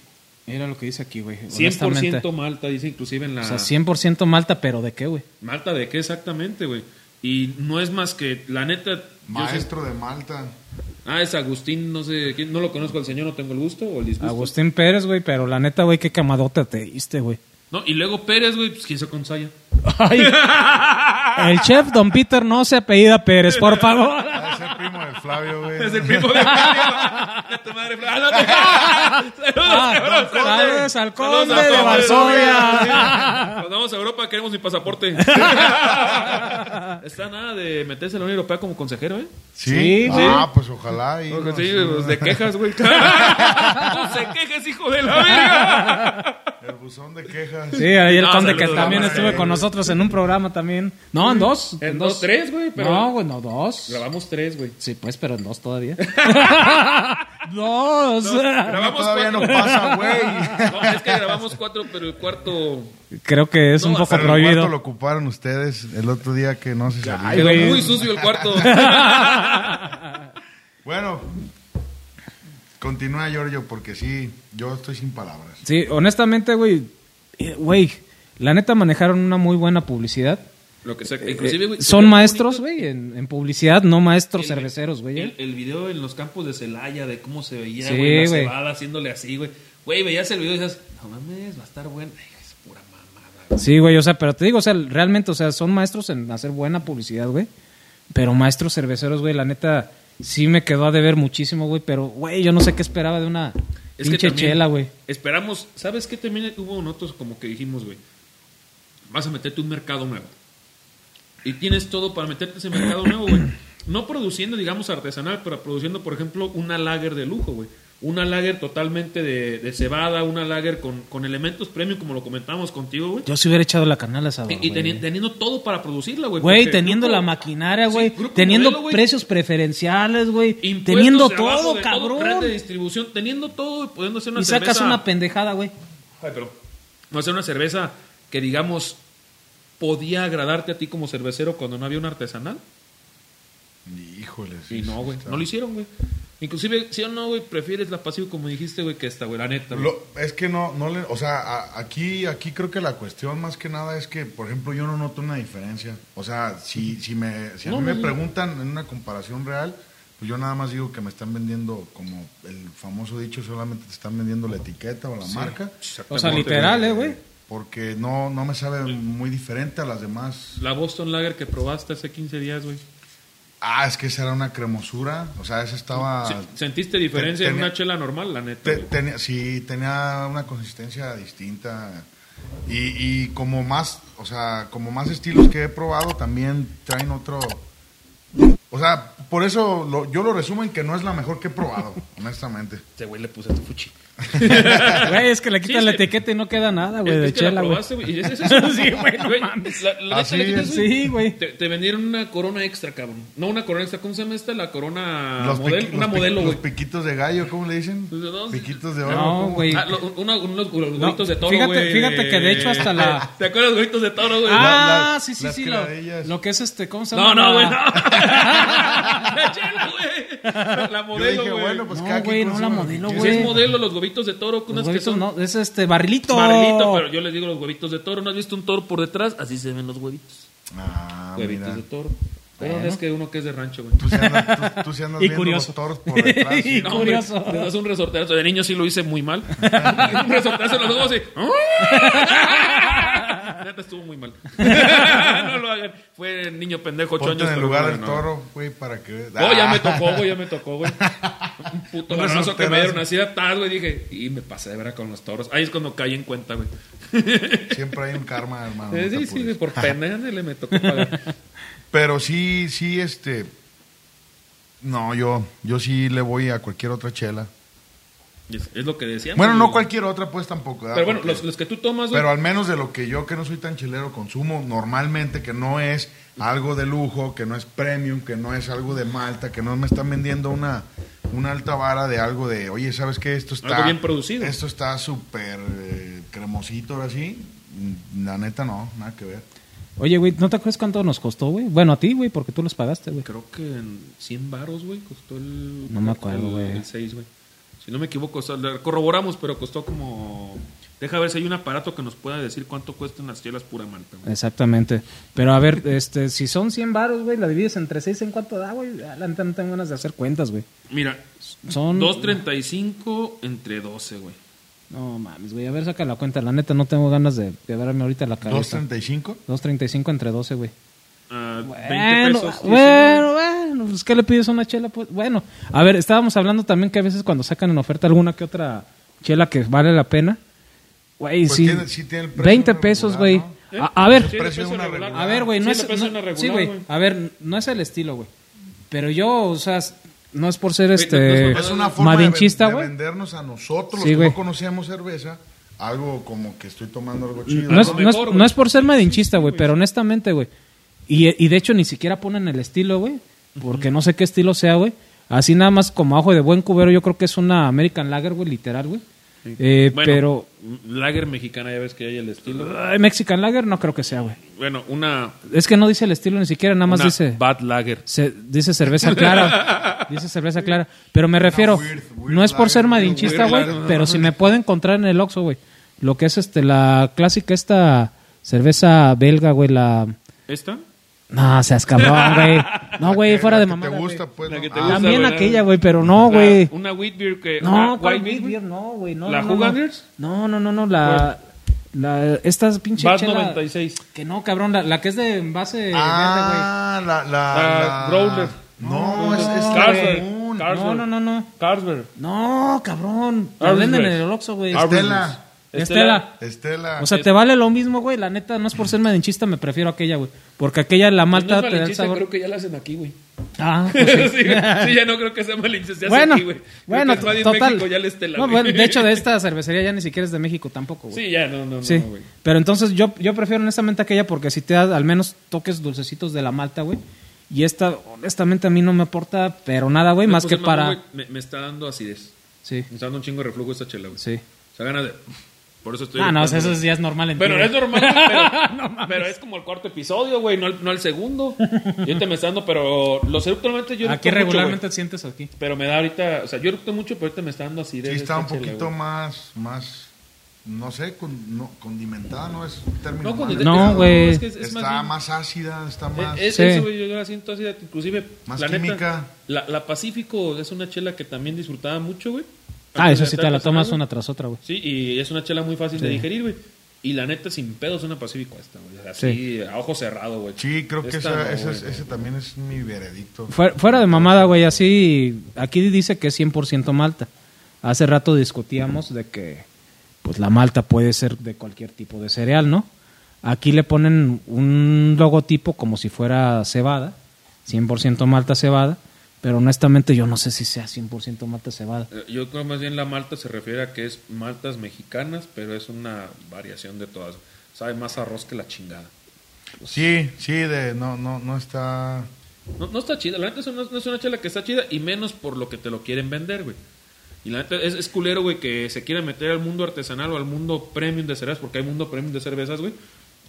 [SPEAKER 3] Mira lo que dice aquí, güey.
[SPEAKER 2] 100% malta, dice inclusive en la.
[SPEAKER 3] O sea, 100% malta, pero ¿de qué, güey?
[SPEAKER 2] Malta de qué exactamente, güey. Y no es más que, la neta. yo
[SPEAKER 1] Maestro de Malta.
[SPEAKER 2] sé- ah, es Agustín, no sé quién, no lo conozco al señor, no tengo el gusto o el
[SPEAKER 3] Pues,
[SPEAKER 2] disgusto.
[SPEAKER 3] Agustín Pérez, güey, pero la neta, güey, qué camadota te diste, güey.
[SPEAKER 2] No, y luego Pérez, güey, pues quién se con Saya.
[SPEAKER 3] (laughs) Ay, el chef Don Peter no se apellida Pérez, por favor.
[SPEAKER 1] Es el primo de Flavio, güey.
[SPEAKER 2] Es el primo de Flavio. tu madre, Flavio. Ah, no, te-
[SPEAKER 3] Ah,
[SPEAKER 2] Saludos,
[SPEAKER 3] Don
[SPEAKER 2] cabrón.
[SPEAKER 3] Saludos al
[SPEAKER 2] Saludos
[SPEAKER 3] conde de
[SPEAKER 2] al conde
[SPEAKER 3] Varsovia.
[SPEAKER 2] Sí. Nos vamos a Europa, queremos mi
[SPEAKER 3] (laughs)
[SPEAKER 2] pasaporte. Está nada de meterse en la Unión Europea como consejero, ¿eh?
[SPEAKER 1] ¿Sí?
[SPEAKER 3] Sí,
[SPEAKER 1] Ah, pues ojalá. y-
[SPEAKER 2] Porque
[SPEAKER 1] no,
[SPEAKER 2] sí,
[SPEAKER 1] sí,
[SPEAKER 2] pues, de quejas, (laughs) güey. No se quejes, hijo de la verga.
[SPEAKER 1] El buzón de quejas.
[SPEAKER 3] Sí, ahí el
[SPEAKER 2] No,
[SPEAKER 3] conde que
[SPEAKER 2] saludos,
[SPEAKER 3] también
[SPEAKER 2] no,
[SPEAKER 3] estuve
[SPEAKER 2] sí.
[SPEAKER 3] con nosotros en un programa también. No, en dos.
[SPEAKER 2] En dos, tres, güey, pero-
[SPEAKER 3] No, güey, no, dos.
[SPEAKER 2] Grabamos tres, güey.
[SPEAKER 3] Sí, pues, pero en dos
[SPEAKER 2] (laughs)
[SPEAKER 3] todavía. dos.
[SPEAKER 2] Grabamos
[SPEAKER 1] Todavía no
[SPEAKER 2] cuatro.
[SPEAKER 1] pasa,
[SPEAKER 2] (laughs)
[SPEAKER 1] güey.
[SPEAKER 2] No, es que grabamos cuatro, pero el cuarto.
[SPEAKER 3] Creo que es
[SPEAKER 2] No,
[SPEAKER 3] un poco
[SPEAKER 1] Pero el cuarto lo
[SPEAKER 3] prohibido.
[SPEAKER 1] ocuparon ustedes el otro día que no se salió.
[SPEAKER 3] Ay, güey.
[SPEAKER 2] Quedó muy sucio el
[SPEAKER 3] (laughs)
[SPEAKER 2] cuarto.
[SPEAKER 1] Bueno, continúa Giorgio porque sí, yo estoy sin palabras.
[SPEAKER 3] Sí, honestamente, güey. eh, Güey, la neta manejaron una muy buena publicidad.
[SPEAKER 2] Lo que sea. Inclusive, güey,
[SPEAKER 3] Eh,
[SPEAKER 2] se
[SPEAKER 3] Son
[SPEAKER 2] ve
[SPEAKER 3] maestros,
[SPEAKER 2] bonito
[SPEAKER 3] güey, en, en publicidad, no maestros
[SPEAKER 2] el-
[SPEAKER 3] cerveceros, güey.
[SPEAKER 2] El,
[SPEAKER 3] eh.
[SPEAKER 2] el video en los campos de Celaya, de cómo se veía,
[SPEAKER 3] Sí,
[SPEAKER 2] güey, la
[SPEAKER 3] güey.
[SPEAKER 2] cebada haciéndole así, güey. Güey, veías el video y decías, no mames, va a estar bueno. Ay, Es pura mamada, güey.
[SPEAKER 3] Sí, güey, o sea, pero te digo, o sea, realmente, o sea, son maestros en hacer buena publicidad, güey. Pero maestros cerveceros, güey, la neta, sí me quedó a deber muchísimo, güey. Pero, güey, yo no sé qué esperaba de una
[SPEAKER 2] Es que
[SPEAKER 3] pinche
[SPEAKER 2] también
[SPEAKER 3] chela, güey.
[SPEAKER 2] Esperamos, ¿sabes qué? También hubo nosotros como que dijimos, güey, vas a meterte un mercado nuevo. Y tienes todo para meterte ese mercado nuevo, güey. no produciendo, digamos, artesanal, pero produciendo, por ejemplo, una lager de lujo, güey. Una lager totalmente de, de cebada, una lager con, con elementos premium, como lo comentábamos contigo, güey.
[SPEAKER 3] Yo se hubiera echado la canal a esa
[SPEAKER 2] Y, y teni- teniendo todo para producirla, güey.
[SPEAKER 3] Güey,
[SPEAKER 2] porque
[SPEAKER 3] teniendo
[SPEAKER 2] Grupo-
[SPEAKER 3] la maquinaria,
[SPEAKER 2] Sí,
[SPEAKER 3] güey.
[SPEAKER 2] Grupo
[SPEAKER 3] teniendo
[SPEAKER 2] Modelo, güey.
[SPEAKER 3] precios preferenciales, güey.
[SPEAKER 2] Impuestos
[SPEAKER 3] Teniendo
[SPEAKER 2] de abajo
[SPEAKER 3] todo,
[SPEAKER 2] de
[SPEAKER 3] cabrón.
[SPEAKER 2] red de distribución, teniendo todo y pudiendo hacer una
[SPEAKER 3] y sacas
[SPEAKER 2] cerveza-
[SPEAKER 3] una pendejada, güey.
[SPEAKER 2] Ay, pero no hacer una cerveza que digamos podía agradarte a ti como cervecero cuando no había un artesanal.
[SPEAKER 1] Híjole. sí,
[SPEAKER 2] Y no,
[SPEAKER 1] sí
[SPEAKER 2] güey,
[SPEAKER 1] está.
[SPEAKER 2] no lo hicieron, güey. Inclusive, sí o no, güey, prefieres la pasivo como dijiste, güey, que esta, güey, la neta. güey.
[SPEAKER 1] Lo- es que no, no le, o sea, a- aquí, aquí creo que la cuestión más que nada es que, por ejemplo, yo no noto una diferencia. O sea, si, si me, si a
[SPEAKER 2] No,
[SPEAKER 1] mí
[SPEAKER 2] no,
[SPEAKER 1] me
[SPEAKER 2] no.
[SPEAKER 1] preguntan en una comparación real, pues yo nada más digo que me están vendiendo, como el famoso dicho, solamente te están vendiendo la etiqueta o la marca.
[SPEAKER 3] O sea,
[SPEAKER 2] Exactamente,
[SPEAKER 3] literal,
[SPEAKER 2] (laughs)
[SPEAKER 3] eh, güey.
[SPEAKER 1] Porque no, no me sabe muy diferente a las demás.
[SPEAKER 2] eh. La Boston Lager que probaste hace 15 días, güey.
[SPEAKER 1] Ah, es que esa era una cremosura. O sea, esa estaba...
[SPEAKER 2] Se- ¿Sentiste diferencia
[SPEAKER 1] Te-
[SPEAKER 2] en
[SPEAKER 1] tenía-
[SPEAKER 2] una chela normal, la neta?
[SPEAKER 1] Te-
[SPEAKER 2] güey?
[SPEAKER 1] tenía- sí, tenía una consistencia distinta. Y, y como más, o sea, como más estilos que he probado, también traen otro. O sea, por eso lo- yo lo resumo en que no es la mejor que he probado, honestamente.
[SPEAKER 2] Este güey le puse tu fuchi.
[SPEAKER 3] Ah, Güey, es que le quitan
[SPEAKER 2] es
[SPEAKER 3] la
[SPEAKER 2] que-
[SPEAKER 3] etiqueta y no queda nada, güey,
[SPEAKER 2] Es-
[SPEAKER 3] de
[SPEAKER 2] es que la
[SPEAKER 3] chela, güey.
[SPEAKER 2] probaste, güey, y es- es eso,
[SPEAKER 3] (laughs) Sí, güey, no
[SPEAKER 2] Güey,
[SPEAKER 3] mames.
[SPEAKER 2] la- la
[SPEAKER 1] Así
[SPEAKER 2] neta, la neta,
[SPEAKER 1] es.
[SPEAKER 2] sí.
[SPEAKER 3] Sí, güey.
[SPEAKER 2] Te, te vendieron una corona extra, cabrón. No una corona extra, ¿cómo se llama esta? La corona
[SPEAKER 1] Los
[SPEAKER 2] modelo.
[SPEAKER 1] piqui-
[SPEAKER 2] Ah, una
[SPEAKER 1] los piqui-
[SPEAKER 2] modelo,
[SPEAKER 1] Los
[SPEAKER 2] güey.
[SPEAKER 1] piquitos de gallo, ¿cómo le dicen?
[SPEAKER 2] Pues, no, sí.
[SPEAKER 1] Piquitos de oro.
[SPEAKER 3] No,
[SPEAKER 1] ¿cómo?
[SPEAKER 3] güey.
[SPEAKER 2] Ah, lo- uno- unos unos
[SPEAKER 3] No,
[SPEAKER 2] gorritos de toro,
[SPEAKER 3] fíjate-
[SPEAKER 2] güey.
[SPEAKER 3] fíjate que de hecho hasta la-
[SPEAKER 2] (laughs) ¿Te acuerdas de los gorritos de toro, güey?
[SPEAKER 3] Ah,
[SPEAKER 1] La-
[SPEAKER 3] sí, sí,
[SPEAKER 1] las
[SPEAKER 3] sí. Lo,
[SPEAKER 1] quebradillas.
[SPEAKER 3] lo que es este, ¿cómo se
[SPEAKER 2] No,
[SPEAKER 3] llama?
[SPEAKER 2] no, güey,
[SPEAKER 3] La- (laughs)
[SPEAKER 2] no. La chela, güey. La
[SPEAKER 1] Yo dije,
[SPEAKER 2] modelo, güey.
[SPEAKER 1] bueno, pues
[SPEAKER 3] No,
[SPEAKER 1] cada quien
[SPEAKER 3] güey, no
[SPEAKER 1] consume
[SPEAKER 3] la
[SPEAKER 1] lo que
[SPEAKER 3] modelo,
[SPEAKER 1] quiere.
[SPEAKER 2] Si es
[SPEAKER 3] güey.
[SPEAKER 2] modelo, los globitos de toro, que
[SPEAKER 3] Los
[SPEAKER 2] unas que
[SPEAKER 3] huevitos
[SPEAKER 2] son
[SPEAKER 3] no, es este, barrilito.
[SPEAKER 2] barrilito, pero yo les digo los huevitos de toro. ¿No has visto un toro por detrás? Así se ven los huevitos.
[SPEAKER 1] Ah,
[SPEAKER 2] huevitos
[SPEAKER 1] mira.
[SPEAKER 2] de toro. Pero
[SPEAKER 3] Bueno.
[SPEAKER 2] es que uno que es de rancho, güey.
[SPEAKER 1] Tú se andas, tú, tú sí andas
[SPEAKER 2] (laughs)
[SPEAKER 3] Y
[SPEAKER 1] viendo
[SPEAKER 3] curioso.
[SPEAKER 1] los toros por detrás.
[SPEAKER 3] Y
[SPEAKER 1] sí.
[SPEAKER 2] No, hombre,
[SPEAKER 3] Curioso.
[SPEAKER 2] Le das un resortazo. De niño sí lo hice muy
[SPEAKER 3] (laughs)
[SPEAKER 2] mal. un resortazo en los ojos y. ¡Ah! Neta estuvo muy mal. (laughs) no lo hagan. Fue niño pendejo, ocho
[SPEAKER 1] Ponte en
[SPEAKER 2] años.
[SPEAKER 1] el
[SPEAKER 2] pero
[SPEAKER 1] lugar
[SPEAKER 2] no,
[SPEAKER 1] del
[SPEAKER 2] no.
[SPEAKER 1] toro, güey, para que... Ah.
[SPEAKER 2] Oh, ya me tocó, güey,
[SPEAKER 1] (laughs)
[SPEAKER 2] ya me tocó, güey. Un puto
[SPEAKER 1] Un
[SPEAKER 2] balonazo que me
[SPEAKER 1] resortazo.
[SPEAKER 2] dieron así de atrás, güey. Dije, y me pasé de vera con los toros. Ahí es cuando caí en cuenta, güey. Eh,
[SPEAKER 1] Siempre hay un karma, hermano. Ah, no te
[SPEAKER 2] sí, sí,
[SPEAKER 1] apures.
[SPEAKER 2] por pena le me tocó pagar.
[SPEAKER 1] Pero sí, sí, este. No, yo, yo sí le voy a cualquier otra chela.
[SPEAKER 2] Y (laughs) Es, es lo que decíamos.
[SPEAKER 1] Bueno, no
[SPEAKER 2] güey.
[SPEAKER 1] cualquier otra, pues tampoco. ¿verdad?
[SPEAKER 2] Pero bueno,
[SPEAKER 1] Porque-
[SPEAKER 2] los, los que tú tomas, güey.
[SPEAKER 1] pero al menos de lo que yo, que no soy tan chelero, consumo normalmente, que no es algo de lujo, que no es premium, que no es algo de malta, que no me están vendiendo una, una alta vara de algo de, oye, ¿sabes qué? Esto está.
[SPEAKER 2] Algo bien producido.
[SPEAKER 1] Esto está súper eh, cremosito, ahora sí. Mm, La neta, no, nada que ver.
[SPEAKER 3] Oye, güey, ¿no te acuerdas cuánto nos costó, güey? Bueno, a ti, güey, porque tú los pagaste, güey.
[SPEAKER 2] Creo que en 100 baros, güey, costó el.
[SPEAKER 3] No me acuerdo,
[SPEAKER 2] el-
[SPEAKER 3] güey.
[SPEAKER 2] El 6, güey. Si no me equivoco, o sea, la corroboramos, pero costó como. Deja ver si hay un aparato que nos pueda decir cuánto cuestan las chelas pura malta,
[SPEAKER 3] Eh,
[SPEAKER 2] güey.
[SPEAKER 3] Exactamente. Pero a ver, este, si son 100 varos, güey, la divides entre 6 en cuánto da, güey. Ya la neta no tengo ganas de hacer cuentas, güey.
[SPEAKER 2] Mira,
[SPEAKER 3] Son
[SPEAKER 2] 2.35 entre 12, güey.
[SPEAKER 3] No mames, güey, a ver, saca la cuenta. La neta no tengo ganas de quebrarme ahorita la cabeza.
[SPEAKER 1] 2.35.
[SPEAKER 3] 2.35 entre 12, güey.
[SPEAKER 2] Ah, 20
[SPEAKER 3] Bueno,
[SPEAKER 2] pesos. sí,
[SPEAKER 3] bueno, bueno, pues ¿qué le pides a una chela? Pues bueno, a ver, estábamos hablando también que a veces cuando sacan en oferta alguna que otra chela que vale la pena, güey,
[SPEAKER 1] Pues
[SPEAKER 3] sí,
[SPEAKER 1] tiene- sí tiene el precio
[SPEAKER 3] 20
[SPEAKER 1] regular,
[SPEAKER 3] pesos, güey.
[SPEAKER 1] ¿no?
[SPEAKER 2] ¿Eh?
[SPEAKER 3] A, a ver,
[SPEAKER 2] Sí,
[SPEAKER 1] el precio de una
[SPEAKER 2] regular.
[SPEAKER 1] regular.
[SPEAKER 3] a ver, güey, no
[SPEAKER 2] Sí, el
[SPEAKER 3] es,
[SPEAKER 2] precio
[SPEAKER 3] no-
[SPEAKER 2] de una
[SPEAKER 3] sí,
[SPEAKER 2] regular,
[SPEAKER 3] güey, Ah, a ver, no es el estilo, güey, pero yo, o sea, no es por ser
[SPEAKER 2] Güey, pues, no- no
[SPEAKER 3] este
[SPEAKER 2] es
[SPEAKER 1] Es una forma de,
[SPEAKER 3] malinchista,
[SPEAKER 1] ven- de
[SPEAKER 3] güey.
[SPEAKER 1] vendernos a nosotros los
[SPEAKER 3] Sí,
[SPEAKER 1] que
[SPEAKER 3] güey.
[SPEAKER 1] no conocemos cerveza, algo como que estoy tomando algo chido.
[SPEAKER 3] No es,
[SPEAKER 2] Algo
[SPEAKER 3] no es-
[SPEAKER 2] mejor,
[SPEAKER 3] no
[SPEAKER 2] güey.
[SPEAKER 3] es por ser madinchista, güey, pero honestamente, güey. Y, y de hecho ni siquiera ponen el estilo, güey. Porque no sé qué estilo sea, güey. Así nada más como ajo de buen cubero, yo creo que es una American Lager, güey, literal, güey. Eh,
[SPEAKER 2] Bueno,
[SPEAKER 3] pero... Ah.
[SPEAKER 2] Lager mexicana, ya ves que hay el estilo. güey.
[SPEAKER 3] ay, Mexican Lager no creo que sea, güey.
[SPEAKER 2] Bueno, una.
[SPEAKER 3] Es que no dice el estilo ni siquiera, nada más
[SPEAKER 2] una
[SPEAKER 3] dice...
[SPEAKER 2] Bad Lager.
[SPEAKER 3] se- dice cerveza
[SPEAKER 2] (laughs)
[SPEAKER 3] clara. dice cerveza clara. Pero me refiero,
[SPEAKER 1] weird- weird
[SPEAKER 3] no es por
[SPEAKER 1] lager,
[SPEAKER 3] ser
[SPEAKER 1] weird
[SPEAKER 3] madinchista,
[SPEAKER 2] lager.
[SPEAKER 3] güey,
[SPEAKER 2] No, no,
[SPEAKER 3] pero si me puedo encontrar en el Oxxo, güey. Lo que es este la clásica esta cerveza belga, güey, la
[SPEAKER 2] ¿Esta?
[SPEAKER 3] no, seas cabrón, güey. No,
[SPEAKER 1] (laughs)
[SPEAKER 3] güey,
[SPEAKER 1] La que-
[SPEAKER 3] fuera
[SPEAKER 1] la
[SPEAKER 3] de
[SPEAKER 1] que
[SPEAKER 3] mamá.
[SPEAKER 1] Te gusta, pues.
[SPEAKER 2] La
[SPEAKER 1] ¿no?
[SPEAKER 2] que te
[SPEAKER 1] Ah,
[SPEAKER 2] gusta,
[SPEAKER 3] También
[SPEAKER 2] güey.
[SPEAKER 3] aquella, güey, pero no,
[SPEAKER 2] La-
[SPEAKER 3] güey.
[SPEAKER 2] Una Wheat Beer que. una
[SPEAKER 3] No, ¿cuál
[SPEAKER 2] Eh, White
[SPEAKER 3] Big
[SPEAKER 2] Beer,
[SPEAKER 3] Beer? No, güey, no.
[SPEAKER 2] ¿La
[SPEAKER 3] no, no, no.
[SPEAKER 2] Hugangers?
[SPEAKER 3] No, no, no, no, la la estas pinche
[SPEAKER 2] Bad
[SPEAKER 3] chela-
[SPEAKER 2] 96.
[SPEAKER 3] Que no, cabrón, la, la que es de envase
[SPEAKER 1] Ah, la.
[SPEAKER 2] La
[SPEAKER 1] La.
[SPEAKER 2] Growler.
[SPEAKER 1] No, es, es
[SPEAKER 2] Carlsberg.
[SPEAKER 1] común.
[SPEAKER 3] verde, güey. No,
[SPEAKER 2] Carlsberg.
[SPEAKER 3] no, no, no.
[SPEAKER 2] Carlsberg.
[SPEAKER 3] No, cabrón. La
[SPEAKER 2] Arby's,
[SPEAKER 3] venden en
[SPEAKER 2] güey.
[SPEAKER 3] el Oxxo, güey.
[SPEAKER 2] Arby's.
[SPEAKER 1] Estela.
[SPEAKER 3] Estela.
[SPEAKER 1] Estela.
[SPEAKER 3] O sea, te vale lo mismo, güey. La neta, no es por ser madinchista, me prefiero aquella, güey. Porque aquella la
[SPEAKER 2] Pues no
[SPEAKER 3] malta
[SPEAKER 2] es
[SPEAKER 3] te da el
[SPEAKER 2] malinchista,
[SPEAKER 3] sabor. (laughs)
[SPEAKER 2] creo que ya la hacen aquí, güey.
[SPEAKER 3] Ah,
[SPEAKER 2] sí,
[SPEAKER 3] pues
[SPEAKER 2] (laughs)
[SPEAKER 3] sí.
[SPEAKER 2] sí, ya no creo que sea Malinche. Se hace
[SPEAKER 3] bueno,
[SPEAKER 2] aquí, güey. Creo
[SPEAKER 3] bueno,
[SPEAKER 2] que es Made in
[SPEAKER 3] total.
[SPEAKER 2] México, ya le estela,
[SPEAKER 3] No,
[SPEAKER 2] güey.
[SPEAKER 3] bueno, de hecho, de esta cervecería ya ni siquiera es de México tampoco,
[SPEAKER 2] (laughs)
[SPEAKER 3] güey.
[SPEAKER 2] Sí, ya, no, no, no,
[SPEAKER 3] Sí.
[SPEAKER 2] güey.
[SPEAKER 3] pero entonces yo, yo prefiero honestamente aquella porque si te da al menos toques dulcecitos de la malta, güey. Y esta, honestamente, a mí no me aporta, pero nada, güey,
[SPEAKER 2] Me
[SPEAKER 3] más
[SPEAKER 2] puse
[SPEAKER 3] que
[SPEAKER 2] mamón,
[SPEAKER 3] para.
[SPEAKER 2] pues güey, Me, me está dando acidez.
[SPEAKER 3] Sí,
[SPEAKER 2] Me está dando un chingo de reflujo esta chela, güey.
[SPEAKER 3] sí.
[SPEAKER 2] O sea, ganas de. Por eso estoy.
[SPEAKER 3] Ah, no, o sea,
[SPEAKER 2] gritando,
[SPEAKER 3] eso
[SPEAKER 2] güey.
[SPEAKER 3] ya es normal en ti,
[SPEAKER 2] Bueno,
[SPEAKER 3] güey.
[SPEAKER 2] es normal, güey, pero,
[SPEAKER 3] (laughs) No mames.
[SPEAKER 2] pero es como el cuarto episodio, güey, no al, no al segundo. Yo te me está dando, pero los eructamente yo
[SPEAKER 3] Aquí
[SPEAKER 2] eructo mucho,
[SPEAKER 3] regularmente
[SPEAKER 2] güey.
[SPEAKER 3] te sientes aquí.
[SPEAKER 2] pero me da ahorita, o sea, yo eructo mucho, pero ahorita me está dando así
[SPEAKER 1] Sí,
[SPEAKER 2] de
[SPEAKER 1] está un
[SPEAKER 2] esta chela,
[SPEAKER 1] poquito
[SPEAKER 2] güey.
[SPEAKER 1] más, más, no sé, con- no, condimentada, no es término
[SPEAKER 2] No, con-
[SPEAKER 1] malo.
[SPEAKER 3] No,
[SPEAKER 2] es-
[SPEAKER 3] güey.
[SPEAKER 2] es que es- es más
[SPEAKER 1] está
[SPEAKER 2] bien-
[SPEAKER 1] más ácida, está más...
[SPEAKER 2] Es,
[SPEAKER 3] Sí.
[SPEAKER 2] eso, güey, yo la siento así, inclusive.
[SPEAKER 1] Más
[SPEAKER 2] la neta,
[SPEAKER 1] química.
[SPEAKER 2] la, la Pacífico es una chela que también disfrutaba mucho, güey.
[SPEAKER 3] Ah,
[SPEAKER 2] Antes
[SPEAKER 3] eso
[SPEAKER 2] de
[SPEAKER 3] sí,
[SPEAKER 2] estar
[SPEAKER 3] te la tomas
[SPEAKER 2] casado.
[SPEAKER 3] una tras otra, güey.
[SPEAKER 2] Sí, y es una chela muy fácil de
[SPEAKER 3] Sí.
[SPEAKER 2] digerir, güey. Y la neta, sin pedos, una Pacífico esta, güey. Así, a ojo cerrado, güey.
[SPEAKER 1] sí, creo que
[SPEAKER 2] Esta
[SPEAKER 1] esa-
[SPEAKER 2] no,
[SPEAKER 1] esa
[SPEAKER 2] güey,
[SPEAKER 1] es-
[SPEAKER 2] no.
[SPEAKER 1] ese también es mi veredicto.
[SPEAKER 3] Fuera, fuera de mamada, güey, así. Aquí dice que es 100% malta. Hace rato discutíamos de que, pues la malta puede ser de cualquier tipo de cereal, ¿no? Aquí le ponen un logotipo como si fuera cebada, 100% malta cebada, pero honestamente yo no sé si sea 100% malta cebada.
[SPEAKER 2] Eh, Yo creo más bien la malta se refiere a que es maltas mexicanas, pero es una variación de todas. Sabe más arroz que la chingada.
[SPEAKER 1] Sí, sí, de, no, no, no está...
[SPEAKER 2] No, no está chida, la neta eso no, no es una chela que está chida y menos por lo que te lo quieren vender, güey. Y la neta es, es culero, güey, que se quiera meter al mundo artesanal o al mundo premium de cervezas, porque hay mundo premium de cervezas, güey,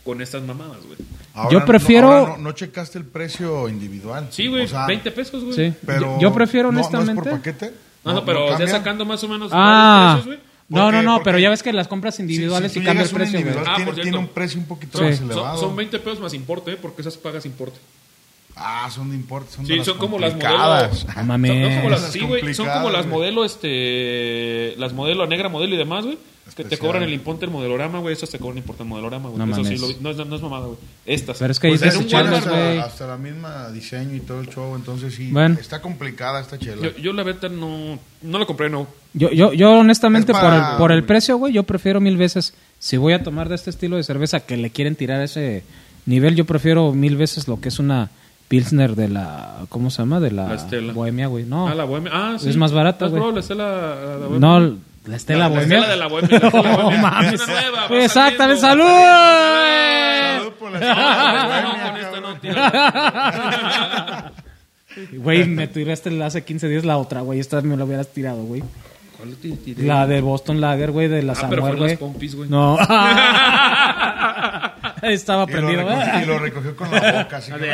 [SPEAKER 2] con estas mamadas, güey.
[SPEAKER 1] Ahora
[SPEAKER 3] Yo
[SPEAKER 1] no-
[SPEAKER 3] prefiero-
[SPEAKER 1] ahora No, no checaste el precio individual.
[SPEAKER 2] Sí, güey,
[SPEAKER 1] O sea,
[SPEAKER 2] 20 pesos, güey.
[SPEAKER 3] Sí.
[SPEAKER 1] Pero
[SPEAKER 3] Yo- yo prefiero,
[SPEAKER 1] ¿no- ¿No es
[SPEAKER 3] honestamente-
[SPEAKER 1] por paquete?
[SPEAKER 2] No, no, pero ya
[SPEAKER 1] cambian?
[SPEAKER 2] sacando más o menos
[SPEAKER 3] Ah,
[SPEAKER 2] varios precios, güey.
[SPEAKER 3] no,
[SPEAKER 1] Porque-
[SPEAKER 3] no, no,
[SPEAKER 1] porque-
[SPEAKER 3] pero ya ves que las compras individuales
[SPEAKER 1] Si- si
[SPEAKER 3] y
[SPEAKER 1] tú
[SPEAKER 3] cambia el
[SPEAKER 1] llegas a un
[SPEAKER 3] precio, güey.
[SPEAKER 1] individual,
[SPEAKER 2] Ah,
[SPEAKER 1] tiene,
[SPEAKER 2] por cierto.
[SPEAKER 1] tiene un precio un poquito
[SPEAKER 3] Sí.
[SPEAKER 1] más
[SPEAKER 3] Son-
[SPEAKER 1] elevado.
[SPEAKER 2] Son, son 20 pesos más importe, ¿eh? porque esas pagas importe.
[SPEAKER 1] Ah, son de importe. Son
[SPEAKER 2] Sí,
[SPEAKER 1] de las Ah,
[SPEAKER 2] son como las
[SPEAKER 1] complicadas.
[SPEAKER 3] No
[SPEAKER 2] Son,
[SPEAKER 3] mames.
[SPEAKER 2] no como las,
[SPEAKER 1] Esas
[SPEAKER 2] sí, güey, son
[SPEAKER 1] complicadas,
[SPEAKER 2] como las
[SPEAKER 1] güey.
[SPEAKER 2] modelo, este, las modelo a negra, modelo y demás, güey. Que te
[SPEAKER 1] Especial.
[SPEAKER 2] cobran el importe del modelorama, güey. Esas te cobran el importe del modelorama, güey.
[SPEAKER 3] No
[SPEAKER 2] Eso sí,
[SPEAKER 3] mames.
[SPEAKER 2] lo vi. no, es, no es mamada, güey. Estas.
[SPEAKER 3] Pero es que ahí
[SPEAKER 2] Pues
[SPEAKER 3] te
[SPEAKER 2] en un
[SPEAKER 1] Esas chelas
[SPEAKER 2] Walmart,
[SPEAKER 3] chingada, güey.
[SPEAKER 1] hasta, hasta la misma diseño y todo el show, entonces sí.
[SPEAKER 3] Bueno.
[SPEAKER 1] Está complicada esta chela.
[SPEAKER 2] Yo, yo la beta no, no la compré, no.
[SPEAKER 3] Yo, yo, yo honestamente,
[SPEAKER 1] Es
[SPEAKER 3] por el,
[SPEAKER 1] para-
[SPEAKER 3] por el precio, güey, yo prefiero mil veces, si voy a tomar de este estilo de cerveza que le quieren tirar a ese nivel, yo prefiero mil veces lo que es una Pilsner de la, ¿cómo se llama? De la,
[SPEAKER 2] La Estela.
[SPEAKER 3] Bohemia, güey. No,
[SPEAKER 2] Ah, la bohemia. Ah, sí.
[SPEAKER 3] Es más barata,
[SPEAKER 2] ¿Has
[SPEAKER 3] güey.
[SPEAKER 2] probado la Estela, la- la
[SPEAKER 3] (laughs)
[SPEAKER 2] bohemia?
[SPEAKER 3] no, la Estela
[SPEAKER 2] La
[SPEAKER 3] Bohemia.
[SPEAKER 2] Estela de la bohemia. la Estela
[SPEAKER 3] (laughs) No
[SPEAKER 2] bohemia.
[SPEAKER 3] mames.
[SPEAKER 2] Es una nueva, va
[SPEAKER 3] Exactamente,
[SPEAKER 2] saliendo,
[SPEAKER 3] salud.
[SPEAKER 2] va
[SPEAKER 3] güey.
[SPEAKER 1] Salud por la
[SPEAKER 3] (laughs)
[SPEAKER 2] saliendo.
[SPEAKER 1] chela.
[SPEAKER 2] No, con esta no, tío.
[SPEAKER 3] (laughs) Güey, me tiraste la- hace 15 días la otra, güey. Esta me la hubieras tirado, güey.
[SPEAKER 2] ¿Cuál te tiré?
[SPEAKER 3] La de Boston Lager, güey, de la
[SPEAKER 2] Ah, pero
[SPEAKER 3] Samuel,
[SPEAKER 2] fueron las
[SPEAKER 3] güey.
[SPEAKER 2] pompis, güey. (laughs)
[SPEAKER 3] No. (laughs) Estaba
[SPEAKER 1] (laughs) Y lo,
[SPEAKER 3] prendido,
[SPEAKER 1] recogió, y
[SPEAKER 3] güey.
[SPEAKER 1] lo recogió con la boca,
[SPEAKER 3] (laughs)
[SPEAKER 1] así que-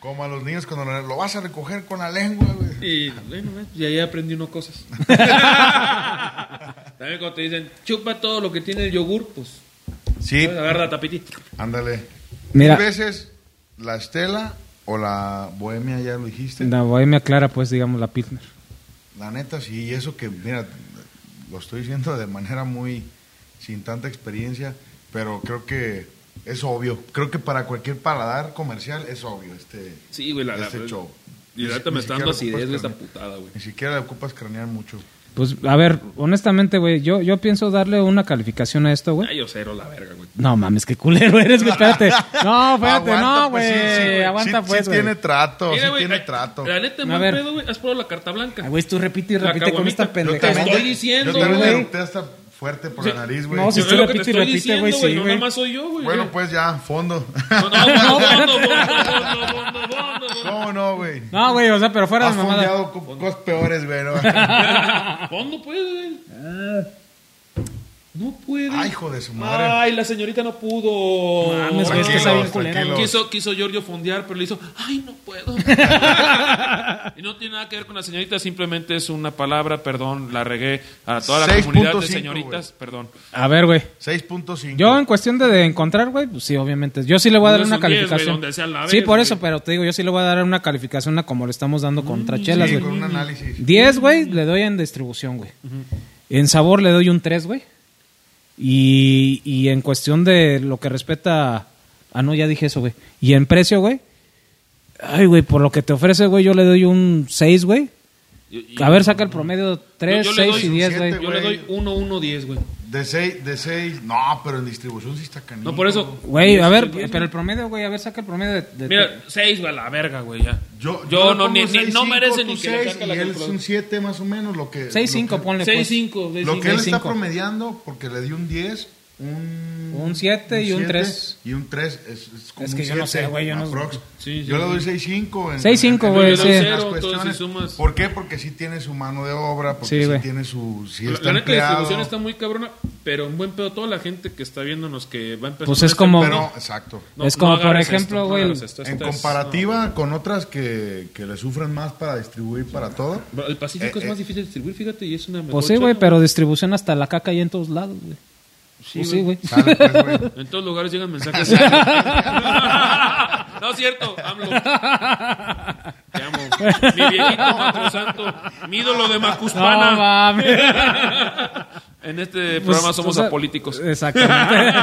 [SPEAKER 1] como a los niños cuando lo, lo vas a recoger con la lengua, güey.
[SPEAKER 2] Y, bueno, güey, y ahí aprendí unas cosas.
[SPEAKER 3] (laughs)
[SPEAKER 2] También cuando te dicen, chupa todo lo que tiene el yogur, pues
[SPEAKER 1] Sí,
[SPEAKER 2] agarra la tapetita.
[SPEAKER 1] ándale.
[SPEAKER 3] Mira.
[SPEAKER 1] Mil veces la Estela o la Bohemia, ya lo dijiste.
[SPEAKER 3] La bohemia clara, pues, digamos, la Pilsner.
[SPEAKER 1] La neta, sí, y eso que, mira, lo estoy diciendo de manera muy, sin tanta experiencia, pero creo que es obvio. Creo que para cualquier paladar comercial es obvio este,
[SPEAKER 2] Sí, güey, la- la-
[SPEAKER 1] este show.
[SPEAKER 2] Y ahorita
[SPEAKER 1] Ni-
[SPEAKER 2] me
[SPEAKER 1] ni
[SPEAKER 2] está dando
[SPEAKER 1] siquiera
[SPEAKER 2] acidez de
[SPEAKER 1] ocupas
[SPEAKER 2] esta
[SPEAKER 1] cranear-
[SPEAKER 2] putada, güey.
[SPEAKER 1] Ni siquiera le ocupas cranear mucho.
[SPEAKER 3] Pues, a ver, honestamente, güey, yo, yo pienso darle una calificación a esto, güey.
[SPEAKER 2] Ay, yo cero la verga, güey.
[SPEAKER 3] No mames, qué culero eres,
[SPEAKER 1] (laughs)
[SPEAKER 3] güey, espérate. No, espérate, no, güey.
[SPEAKER 1] pues, sí, sí,
[SPEAKER 3] aguanta,
[SPEAKER 1] sí,
[SPEAKER 3] pues,
[SPEAKER 1] sí
[SPEAKER 3] güey.
[SPEAKER 1] tiene trato,
[SPEAKER 2] Mira,
[SPEAKER 1] sí
[SPEAKER 2] güey,
[SPEAKER 1] tiene
[SPEAKER 2] la-
[SPEAKER 1] trato.
[SPEAKER 2] La neta,
[SPEAKER 3] A
[SPEAKER 2] mal
[SPEAKER 3] ver.
[SPEAKER 2] pedo, güey. Has probado la carta
[SPEAKER 3] Ay,
[SPEAKER 2] blanca.
[SPEAKER 3] Ah, güey, tú repite y
[SPEAKER 2] La
[SPEAKER 3] repite con
[SPEAKER 2] caguamita.
[SPEAKER 3] esta
[SPEAKER 2] Yo
[SPEAKER 1] Yo
[SPEAKER 2] te
[SPEAKER 3] pendejada.
[SPEAKER 1] también-
[SPEAKER 2] estoy diciendo,
[SPEAKER 1] Yo también
[SPEAKER 2] güey.
[SPEAKER 1] le eructé hasta fuerte por
[SPEAKER 2] Sí.
[SPEAKER 1] la nariz, güey.
[SPEAKER 3] No, sí,
[SPEAKER 2] Yo
[SPEAKER 3] Si usted
[SPEAKER 2] es lo que te
[SPEAKER 3] repite
[SPEAKER 2] estoy
[SPEAKER 3] y repite,
[SPEAKER 2] diciendo,
[SPEAKER 3] güey, sí,
[SPEAKER 2] güey. No
[SPEAKER 3] güey.
[SPEAKER 2] nada más soy yo, güey.
[SPEAKER 1] Bueno, pues ya, fondo.
[SPEAKER 2] No, no, bondo, bondo, bondo, bondo, bondo, bondo.
[SPEAKER 1] ¿Cómo no, güey?
[SPEAKER 3] No, güey, o sea, pero fuera
[SPEAKER 1] Has
[SPEAKER 3] de mamada.
[SPEAKER 1] fondeado co- cosas peores, güey.
[SPEAKER 3] (laughs)
[SPEAKER 1] ¿no?
[SPEAKER 2] Bondo, pues, güey. No puede.
[SPEAKER 1] Ay, hijo de su madre.
[SPEAKER 2] Ay, la señorita no pudo.
[SPEAKER 3] Mames, güey, es que está bien
[SPEAKER 1] Tranquilos,
[SPEAKER 3] culera, güey.
[SPEAKER 1] tranquilos.
[SPEAKER 2] Quiso, quiso Giorgio fondear, pero le hizo, ay, no puedo. y no tiene nada que ver con la señorita, simplemente es una palabra, perdón, la regué a toda la
[SPEAKER 1] 6.5,
[SPEAKER 2] comunidad de
[SPEAKER 1] güey.
[SPEAKER 2] señoritas, perdón.
[SPEAKER 3] A ver, güey.
[SPEAKER 1] 6.5.
[SPEAKER 3] Yo en cuestión de, de encontrar, güey, pues sí, obviamente. Yo sí le voy a dar
[SPEAKER 2] Uno es
[SPEAKER 3] una
[SPEAKER 2] un diez, güey,
[SPEAKER 3] calificación.
[SPEAKER 2] donde sea la
[SPEAKER 3] sí,
[SPEAKER 2] vez,
[SPEAKER 3] por eso,
[SPEAKER 2] güey.
[SPEAKER 3] pero te digo, yo sí le voy a dar una calificación a como le estamos dando contra chelas,
[SPEAKER 1] Sí,
[SPEAKER 3] güey.
[SPEAKER 1] con un análisis.
[SPEAKER 3] 10, güey, le doy en distribución, güey. En sabor le doy un 3, güey. Y, y en cuestión de lo que respeta... Ah, no, ya dije eso, güey. Y en precio, güey. Ay, güey, por lo que te ofrece, güey, yo le doy un 6, güey.
[SPEAKER 2] Y- y-
[SPEAKER 3] A ver, saca el promedio 3,
[SPEAKER 2] yo le
[SPEAKER 3] 6
[SPEAKER 2] doy
[SPEAKER 3] y
[SPEAKER 2] un
[SPEAKER 3] 10,
[SPEAKER 1] siete,
[SPEAKER 3] güey.
[SPEAKER 2] Yo le doy
[SPEAKER 1] güey.
[SPEAKER 2] 1, 1, 10, güey.
[SPEAKER 1] De 6, de seis, no, pero en distribución sí está canijo.
[SPEAKER 2] No, por eso.
[SPEAKER 3] Güey, a ver,
[SPEAKER 2] El diez,
[SPEAKER 3] pero el promedio, güey, a ver, saca el promedio de. de-
[SPEAKER 2] Mira, 6 a la verga, güey, ya.
[SPEAKER 1] Yo, yo
[SPEAKER 2] yo
[SPEAKER 1] le
[SPEAKER 2] no,
[SPEAKER 1] pongo
[SPEAKER 2] ni, ni-
[SPEAKER 1] seis,
[SPEAKER 2] no
[SPEAKER 1] cinco,
[SPEAKER 2] merece
[SPEAKER 1] tú
[SPEAKER 2] ni que le
[SPEAKER 1] seis,
[SPEAKER 2] saque
[SPEAKER 1] Y
[SPEAKER 2] la
[SPEAKER 1] él es un 7 más o menos lo que...
[SPEAKER 3] 6-5,
[SPEAKER 1] lo que-
[SPEAKER 3] ponle. pues.
[SPEAKER 2] 6-5,
[SPEAKER 1] Lo que él está
[SPEAKER 3] 6-5.
[SPEAKER 1] promediando, porque le di un 10, un...
[SPEAKER 3] Un siete y un
[SPEAKER 1] siete
[SPEAKER 3] tres.
[SPEAKER 1] Y un 3, es, es como
[SPEAKER 3] Es que
[SPEAKER 1] un
[SPEAKER 3] yo no sé,
[SPEAKER 1] siete,
[SPEAKER 3] güey, yo no-
[SPEAKER 1] aprox.
[SPEAKER 2] Sí,
[SPEAKER 1] yo
[SPEAKER 2] sí,
[SPEAKER 1] le doy
[SPEAKER 2] sí.
[SPEAKER 1] 6-5. en-
[SPEAKER 3] 6-5,
[SPEAKER 1] en-
[SPEAKER 3] güey,
[SPEAKER 1] en
[SPEAKER 3] sí.
[SPEAKER 1] las
[SPEAKER 2] Cero,
[SPEAKER 1] cuestiones.
[SPEAKER 2] entonces, si sumas-
[SPEAKER 1] ¿Por qué? Porque sí tiene su mano de obra, porque
[SPEAKER 3] Sí,
[SPEAKER 1] sí,
[SPEAKER 3] güey.
[SPEAKER 1] tiene su... Sí
[SPEAKER 2] La,
[SPEAKER 1] está
[SPEAKER 2] la neta, la
[SPEAKER 1] empleado.
[SPEAKER 2] distribución está muy cabrona, pero un buen pedo. Toda la gente que está viéndonos que va a empezar.
[SPEAKER 3] Pues
[SPEAKER 2] con
[SPEAKER 3] es
[SPEAKER 2] este
[SPEAKER 3] como-
[SPEAKER 2] pedo,
[SPEAKER 1] Pero, exacto.
[SPEAKER 3] Es como, por
[SPEAKER 2] agarres
[SPEAKER 3] ejemplo,
[SPEAKER 2] esto,
[SPEAKER 3] güey,
[SPEAKER 2] agarres esto,
[SPEAKER 1] En
[SPEAKER 2] esto es-
[SPEAKER 1] comparativa con otras que, que le sufren más para distribuir para
[SPEAKER 2] (laughs)
[SPEAKER 1] todo.
[SPEAKER 2] no. Bro, El Pacífico
[SPEAKER 1] Eh,
[SPEAKER 2] es más
[SPEAKER 1] eh.
[SPEAKER 2] difícil de distribuir, fíjate, y es una mejor
[SPEAKER 3] Pues sí,
[SPEAKER 2] chela,
[SPEAKER 3] güey, pero distribución hasta la caca ahí en todos lados, güey. Pues Sí, güey.
[SPEAKER 1] Sale, pues,
[SPEAKER 2] (laughs)
[SPEAKER 1] güey.
[SPEAKER 2] En todos lugares llegan
[SPEAKER 3] (laughs)
[SPEAKER 2] mensajes. (laughs) no es cierto, AMLO. Ah.
[SPEAKER 3] (laughs)
[SPEAKER 2] Te amo. Mi viejito Monte Santo, mi ídolo de Macuspana.
[SPEAKER 3] No mames.
[SPEAKER 2] En este
[SPEAKER 3] Pues,
[SPEAKER 2] programa somos
[SPEAKER 3] o sea,
[SPEAKER 2] apolíticos. (laughs)
[SPEAKER 3] Exactamente.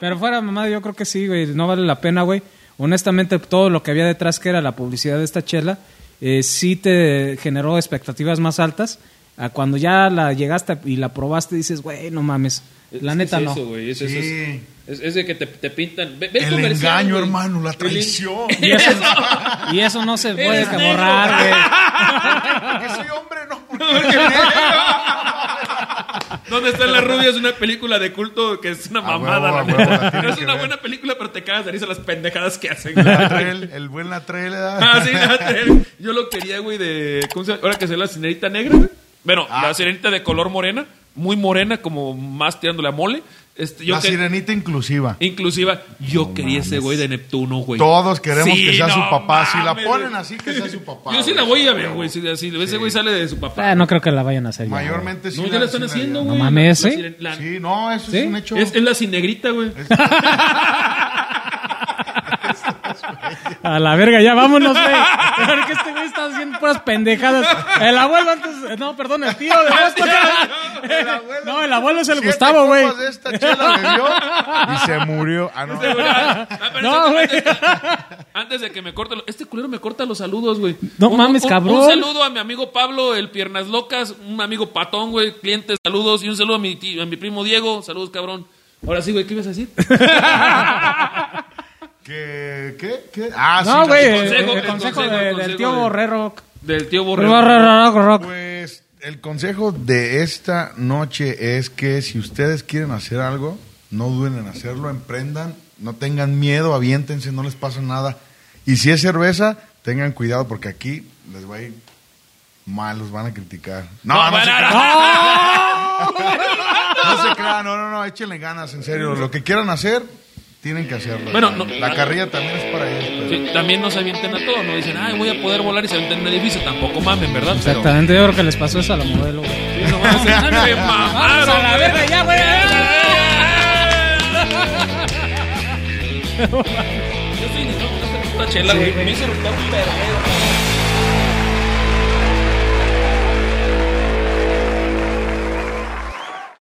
[SPEAKER 3] Pero fuera, mamá, yo creo que sí, güey. No vale la pena, güey. Honestamente, todo lo que había detrás, que era la publicidad de esta chela, eh, sí te generó expectativas más altas. A cuando ya la llegaste y la probaste, dices, güey, no mames. La
[SPEAKER 2] Es-
[SPEAKER 3] neta,
[SPEAKER 2] es
[SPEAKER 3] no.
[SPEAKER 2] eso, güey, es- es-
[SPEAKER 1] Sí.
[SPEAKER 2] es- Es es de que te, te pintan. Ve, ve
[SPEAKER 1] El
[SPEAKER 2] comercial,
[SPEAKER 1] engaño,
[SPEAKER 2] güey.
[SPEAKER 1] hermano, la
[SPEAKER 2] El- (laughs)
[SPEAKER 1] traición.
[SPEAKER 3] Y eso, y eso no se puede
[SPEAKER 2] Eres negro.
[SPEAKER 3] borrar, güey.
[SPEAKER 1] Porque soy hombre, no.
[SPEAKER 2] (laughs)
[SPEAKER 1] porque-
[SPEAKER 2] ¿Dónde está la rubia? Es una película de culto que es una
[SPEAKER 1] A
[SPEAKER 2] mamada.
[SPEAKER 1] Ah, huevo, a
[SPEAKER 2] la neta.
[SPEAKER 1] huevo, la tienen
[SPEAKER 2] no es
[SPEAKER 1] que
[SPEAKER 2] una
[SPEAKER 1] ver.
[SPEAKER 2] buena película, pero te cagas de risa las pendejadas que
[SPEAKER 1] (laughs)
[SPEAKER 2] hacen. güey.
[SPEAKER 1] Latrell, el buen ¿eh? Latrell. ¿verdad?
[SPEAKER 2] Ah, sí, la tele. Yo lo quería, güey, de. ¿Cómo se llama? Ahora que soy la sirenita negra, güey. Bueno,
[SPEAKER 1] Ah.
[SPEAKER 2] la sirenita de color morena, muy morena, como más tirándole a mole. Este, yo
[SPEAKER 1] (laughs) La
[SPEAKER 2] que-
[SPEAKER 1] sirenita inclusiva.
[SPEAKER 2] Inclusiva, yo quería ese güey de Neptuno, güey.
[SPEAKER 1] Todos queremos
[SPEAKER 2] Sí,
[SPEAKER 1] que sea su
[SPEAKER 2] no
[SPEAKER 1] papá. Si la
[SPEAKER 2] mames,
[SPEAKER 1] ponen
[SPEAKER 2] güey.
[SPEAKER 1] así, que sea su papá.
[SPEAKER 2] Yo sí la
[SPEAKER 1] güey.
[SPEAKER 2] voy a ver, güey. Si, si ese güey sale de su papá.
[SPEAKER 3] Ah, no creo que la vayan a hacer. ya, güey.
[SPEAKER 1] Mayormente sí.
[SPEAKER 2] no,
[SPEAKER 1] la-
[SPEAKER 2] ya la están
[SPEAKER 1] sí
[SPEAKER 2] haciendo,
[SPEAKER 1] harían.
[SPEAKER 2] güey.
[SPEAKER 3] No mames,
[SPEAKER 2] La
[SPEAKER 3] ¿eh?
[SPEAKER 2] siren- la-
[SPEAKER 1] Sí, no, eso
[SPEAKER 3] ¿Sí?
[SPEAKER 1] es un hecho.
[SPEAKER 2] es, es la cinegrita, güey.
[SPEAKER 3] A la verga, ya vámonos, güey. Porque este güey está haciendo puras pendejadas. El abuelo antes. No, perdón, el tío. de Vasco. no, (laughs) el abuelo es el
[SPEAKER 1] Siete
[SPEAKER 3] Gustavo, güey.
[SPEAKER 1] copas ¿eh? de
[SPEAKER 2] (laughs)
[SPEAKER 1] esta chela bebió y se murió. Ah, no.
[SPEAKER 3] (laughs)
[SPEAKER 2] Ah, pero
[SPEAKER 3] No,
[SPEAKER 2] eso-
[SPEAKER 3] güey.
[SPEAKER 2] Antes de que me corte, lo- este culero me corta los saludos, güey.
[SPEAKER 3] No mames, cabrón.
[SPEAKER 2] Un saludo a mi amigo Pablo, el Piernas Locas, un amigo Patón, güey, clientes, saludos. Y un saludo a mi, tío- a mi primo Diego, saludos, cabrón. Ahora sí, güey, ¿qué ibas a
[SPEAKER 3] (laughs)
[SPEAKER 2] decir?
[SPEAKER 1] ¿Qué? ¿Qué? ¿Qué? Ah, sí,
[SPEAKER 3] No,
[SPEAKER 1] la-
[SPEAKER 3] güey. El
[SPEAKER 2] el
[SPEAKER 3] consejo,
[SPEAKER 2] consejo,
[SPEAKER 3] el consejo
[SPEAKER 2] el
[SPEAKER 3] de-
[SPEAKER 2] consejo
[SPEAKER 3] del
[SPEAKER 2] de-
[SPEAKER 3] tío Borrero.
[SPEAKER 2] Del tío Borrego.
[SPEAKER 3] Borrero.
[SPEAKER 1] Pues el consejo de esta noche es que si ustedes quieren hacer algo, no duden en hacerlo, emprendan, no tengan miedo, aviéntense, no les pasa nada. Y si es cerveza, tengan cuidado porque aquí les va a ir mal, los van a criticar. No, no, se,
[SPEAKER 2] bueno,
[SPEAKER 1] crean,
[SPEAKER 3] ¡Oh!
[SPEAKER 1] no se crean, no, no, no, échenle ganas, en serio. Lo que quieran hacer, tienen que hacerlo.
[SPEAKER 2] Bueno, no-
[SPEAKER 1] la carrilla también es para ellos. pero-
[SPEAKER 2] Sí, también no se avienten a todo, no dicen, ay, voy a poder volar y se avienten en el edificio, tampoco mamen, ¿verdad? Pero-
[SPEAKER 3] Exactamente, yo creo que les pasó eso a la modelo, güey.
[SPEAKER 2] Sí, no mames, se mamaron,
[SPEAKER 3] Vamos a la
[SPEAKER 2] güey.
[SPEAKER 3] verga ya, güey.
[SPEAKER 2] Yo estoy diciendo que no se me gusta chela, güey. Me hizo un pedo.